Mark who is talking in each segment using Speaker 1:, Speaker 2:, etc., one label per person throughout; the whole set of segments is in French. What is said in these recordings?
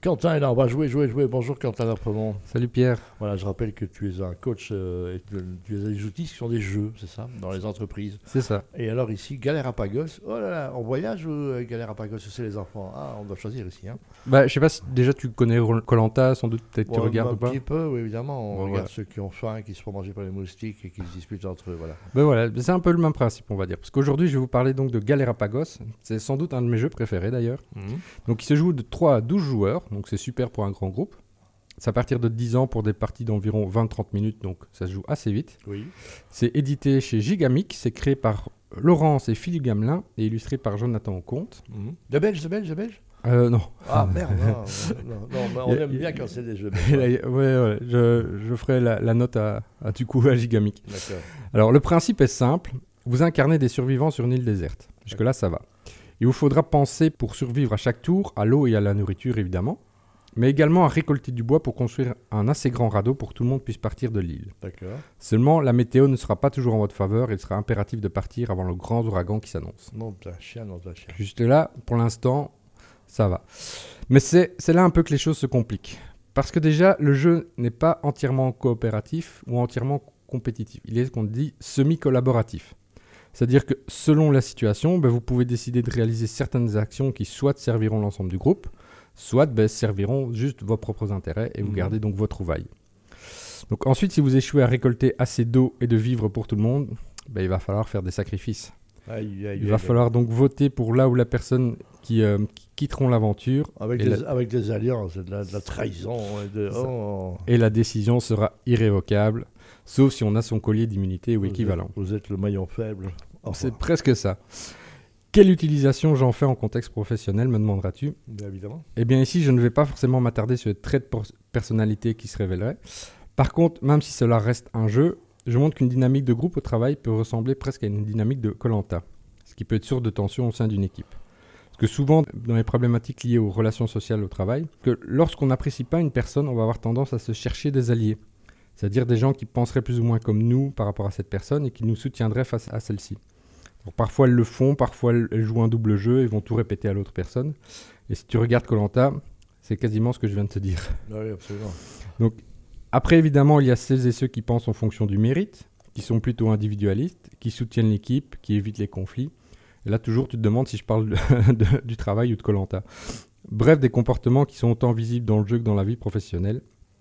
Speaker 1: Quentin est là, on va jouer, jouer, jouer. Bonjour Quentin Darpremont.
Speaker 2: Salut Pierre.
Speaker 1: Voilà, je rappelle que tu es un coach, euh, et tu tu es des outils qui sont des jeux, c'est ça, dans les entreprises.
Speaker 2: C'est ça.
Speaker 1: Et alors ici, Galerapagos, oh là là, on voyage ou euh, Galerapagos, c'est les enfants Ah, on doit choisir ici. Hein.
Speaker 2: Bah, je sais pas si déjà tu connais Colanta, sans doute, peut-être tu
Speaker 1: Bon,
Speaker 2: regardes ou
Speaker 1: Un
Speaker 2: pas.
Speaker 1: petit peu, oui, évidemment. On
Speaker 2: Bon,
Speaker 1: regarde
Speaker 2: voilà.
Speaker 1: ceux qui ont faim, qui se font manger par les moustiques et qui se disputent entre eux, voilà.
Speaker 2: Ben voilà, c'est un peu le même principe, on va dire. Parce qu'aujourd'hui, je vais vous parler donc de Galerapagos. C'est sans doute un de mes jeux préférés d'ailleurs. Donc il se joue de 3 à 12 joueurs, donc c'est super pour un grand groupe. C'est à partir de 10 ans pour des parties d'environ 20-30 minutes, donc ça se joue assez vite.
Speaker 1: Oui.
Speaker 2: C'est édité chez Gigamic, c'est créé par Laurence et Philippe Gamelin et illustré par Jonathan Comte.
Speaker 1: Mhm. De Belge, de Belge, de Belge
Speaker 2: Euh, non.
Speaker 1: Ah merde, non, non, non, mais on
Speaker 2: Il y a-
Speaker 1: aime bien quand c'est des jeux.
Speaker 2: Et
Speaker 1: belges.
Speaker 2: là, ouais, ouais, je, je ferai la, la note à, à du coup à Gigamic.
Speaker 1: hein. D'accord.
Speaker 2: Alors, le principe est simple. Vous incarnez des survivants sur une île déserte. Jusque-là, ça va. Il vous faudra penser pour survivre à chaque tour à l'eau et à la nourriture, évidemment, mais également à récolter du bois pour construire un assez grand radeau pour que tout le monde puisse partir de l'île.
Speaker 1: D'accord.
Speaker 2: Seulement, la météo ne sera pas toujours en votre faveur et il sera impératif de partir avant le grand ouragan qui s'annonce.
Speaker 1: Non, t'as un chien, non, t'as un chien.
Speaker 2: Juste là, pour l'instant, ça va. Mais c'est c'est là un peu que les choses se compliquent. Parce que déjà, le jeu n'est pas entièrement coopératif ou entièrement compétitif. Il est ce qu'on dit semi-collaboratif. C'est-à-dire que selon la situation, ben, vous pouvez décider de réaliser certaines actions qui soit serviront l'ensemble du groupe, soit ben, serviront juste vos propres intérêts et vous
Speaker 1: Mhm.
Speaker 2: gardez donc vos trouvailles. Donc ensuite, si vous échouez à récolter assez d'eau et de vivres pour tout le monde, ben, il va falloir faire des sacrifices.
Speaker 1: Aïe, aïe,
Speaker 2: Il va
Speaker 1: aïe.
Speaker 2: falloir donc voter pour là ou la personne qui, euh, qui quitteront l'aventure
Speaker 1: Avec
Speaker 2: Et
Speaker 1: des, avec des alliances, de la, de la trahison. et De,
Speaker 2: C'est ça.
Speaker 1: oh.
Speaker 2: et la décision sera irrévocable, sauf si on a son collier d'immunité ou
Speaker 1: Vous êtes-
Speaker 2: équivalent.
Speaker 1: Vous êtes le maillon faible. Au revoir.
Speaker 2: C'est presque ça. Quelle utilisation j'en fais en contexte professionnel, me demanderas-tu
Speaker 1: Bien évidemment.
Speaker 2: Eh bien ici, je ne vais pas forcément m'attarder sur les traits de por- personnalité qui se révéleraient. Par contre, même si cela reste un jeu, je montre qu'une dynamique de groupe au travail peut ressembler presque à une dynamique de Colanta, ce qui peut être source de tension au sein d'une équipe. Parce que souvent, dans les problématiques liées aux relations sociales au travail, que lorsqu'on n'apprécie pas une personne, on va avoir tendance à se chercher des alliés. C'est-à-dire des gens qui penseraient plus ou moins comme nous par rapport à cette personne et qui nous soutiendraient face à celle-ci. Donc, parfois elles le font, parfois elles jouent un double jeu et vont tout répéter à l'autre personne. Et si tu regardes Colanta, c'est quasiment ce que je viens de te dire.
Speaker 1: Oui, absolument.
Speaker 2: Après, évidemment, il y a celles et ceux qui pensent en fonction du mérite, qui sont plutôt individualistes, qui soutiennent l'équipe, qui évitent les conflits. Et là, toujours, tu te demandes si je parle de- de- du travail ou de Colanta. Bref, des comportements qui sont autant visibles dans le jeu que dans la vie professionnelle.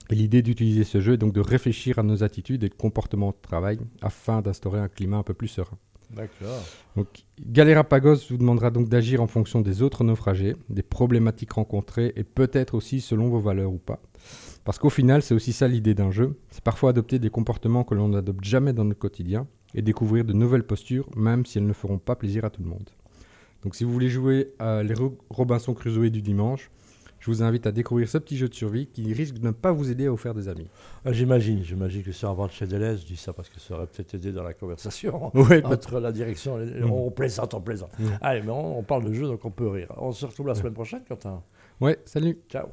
Speaker 2: Et l'idée d'utiliser ce jeu est donc de réfléchir à nos attitudes et comportements de travail afin d'instaurer un climat un peu plus serein.
Speaker 1: D'accord.
Speaker 2: Donc, Galerapagos vous demandera donc d'agir en fonction des autres naufragés, des problématiques rencontrées et peut-être aussi selon vos valeurs ou pas. Parce qu'au final, c'est aussi ça l'idée d'un jeu. C'est parfois adopter des comportements que l'on n'adopte jamais dans notre quotidien et découvrir de nouvelles postures, même si elles ne feront pas plaisir à tout le monde. Donc, si vous voulez jouer à les Ro- Robinson Crusoe du dimanche, je vous invite à découvrir ce petit jeu de survie qui risque de ne pas vous aider à vous faire des amis.
Speaker 1: Ah, j'imagine, j'imagine que Servant de chez Deleuze dit ça parce que ça aurait peut-être aidé dans la conversation.
Speaker 2: Ouais, peut-
Speaker 1: Entre la direction, et les-
Speaker 2: Mhm.
Speaker 1: on plaisante, on plaisante.
Speaker 2: Mhm. Mm.
Speaker 1: Allez, mais on, on parle de jeu, donc on peut rire. On se retrouve la semaine prochaine, Quentin.
Speaker 2: ouais salut
Speaker 1: Ciao.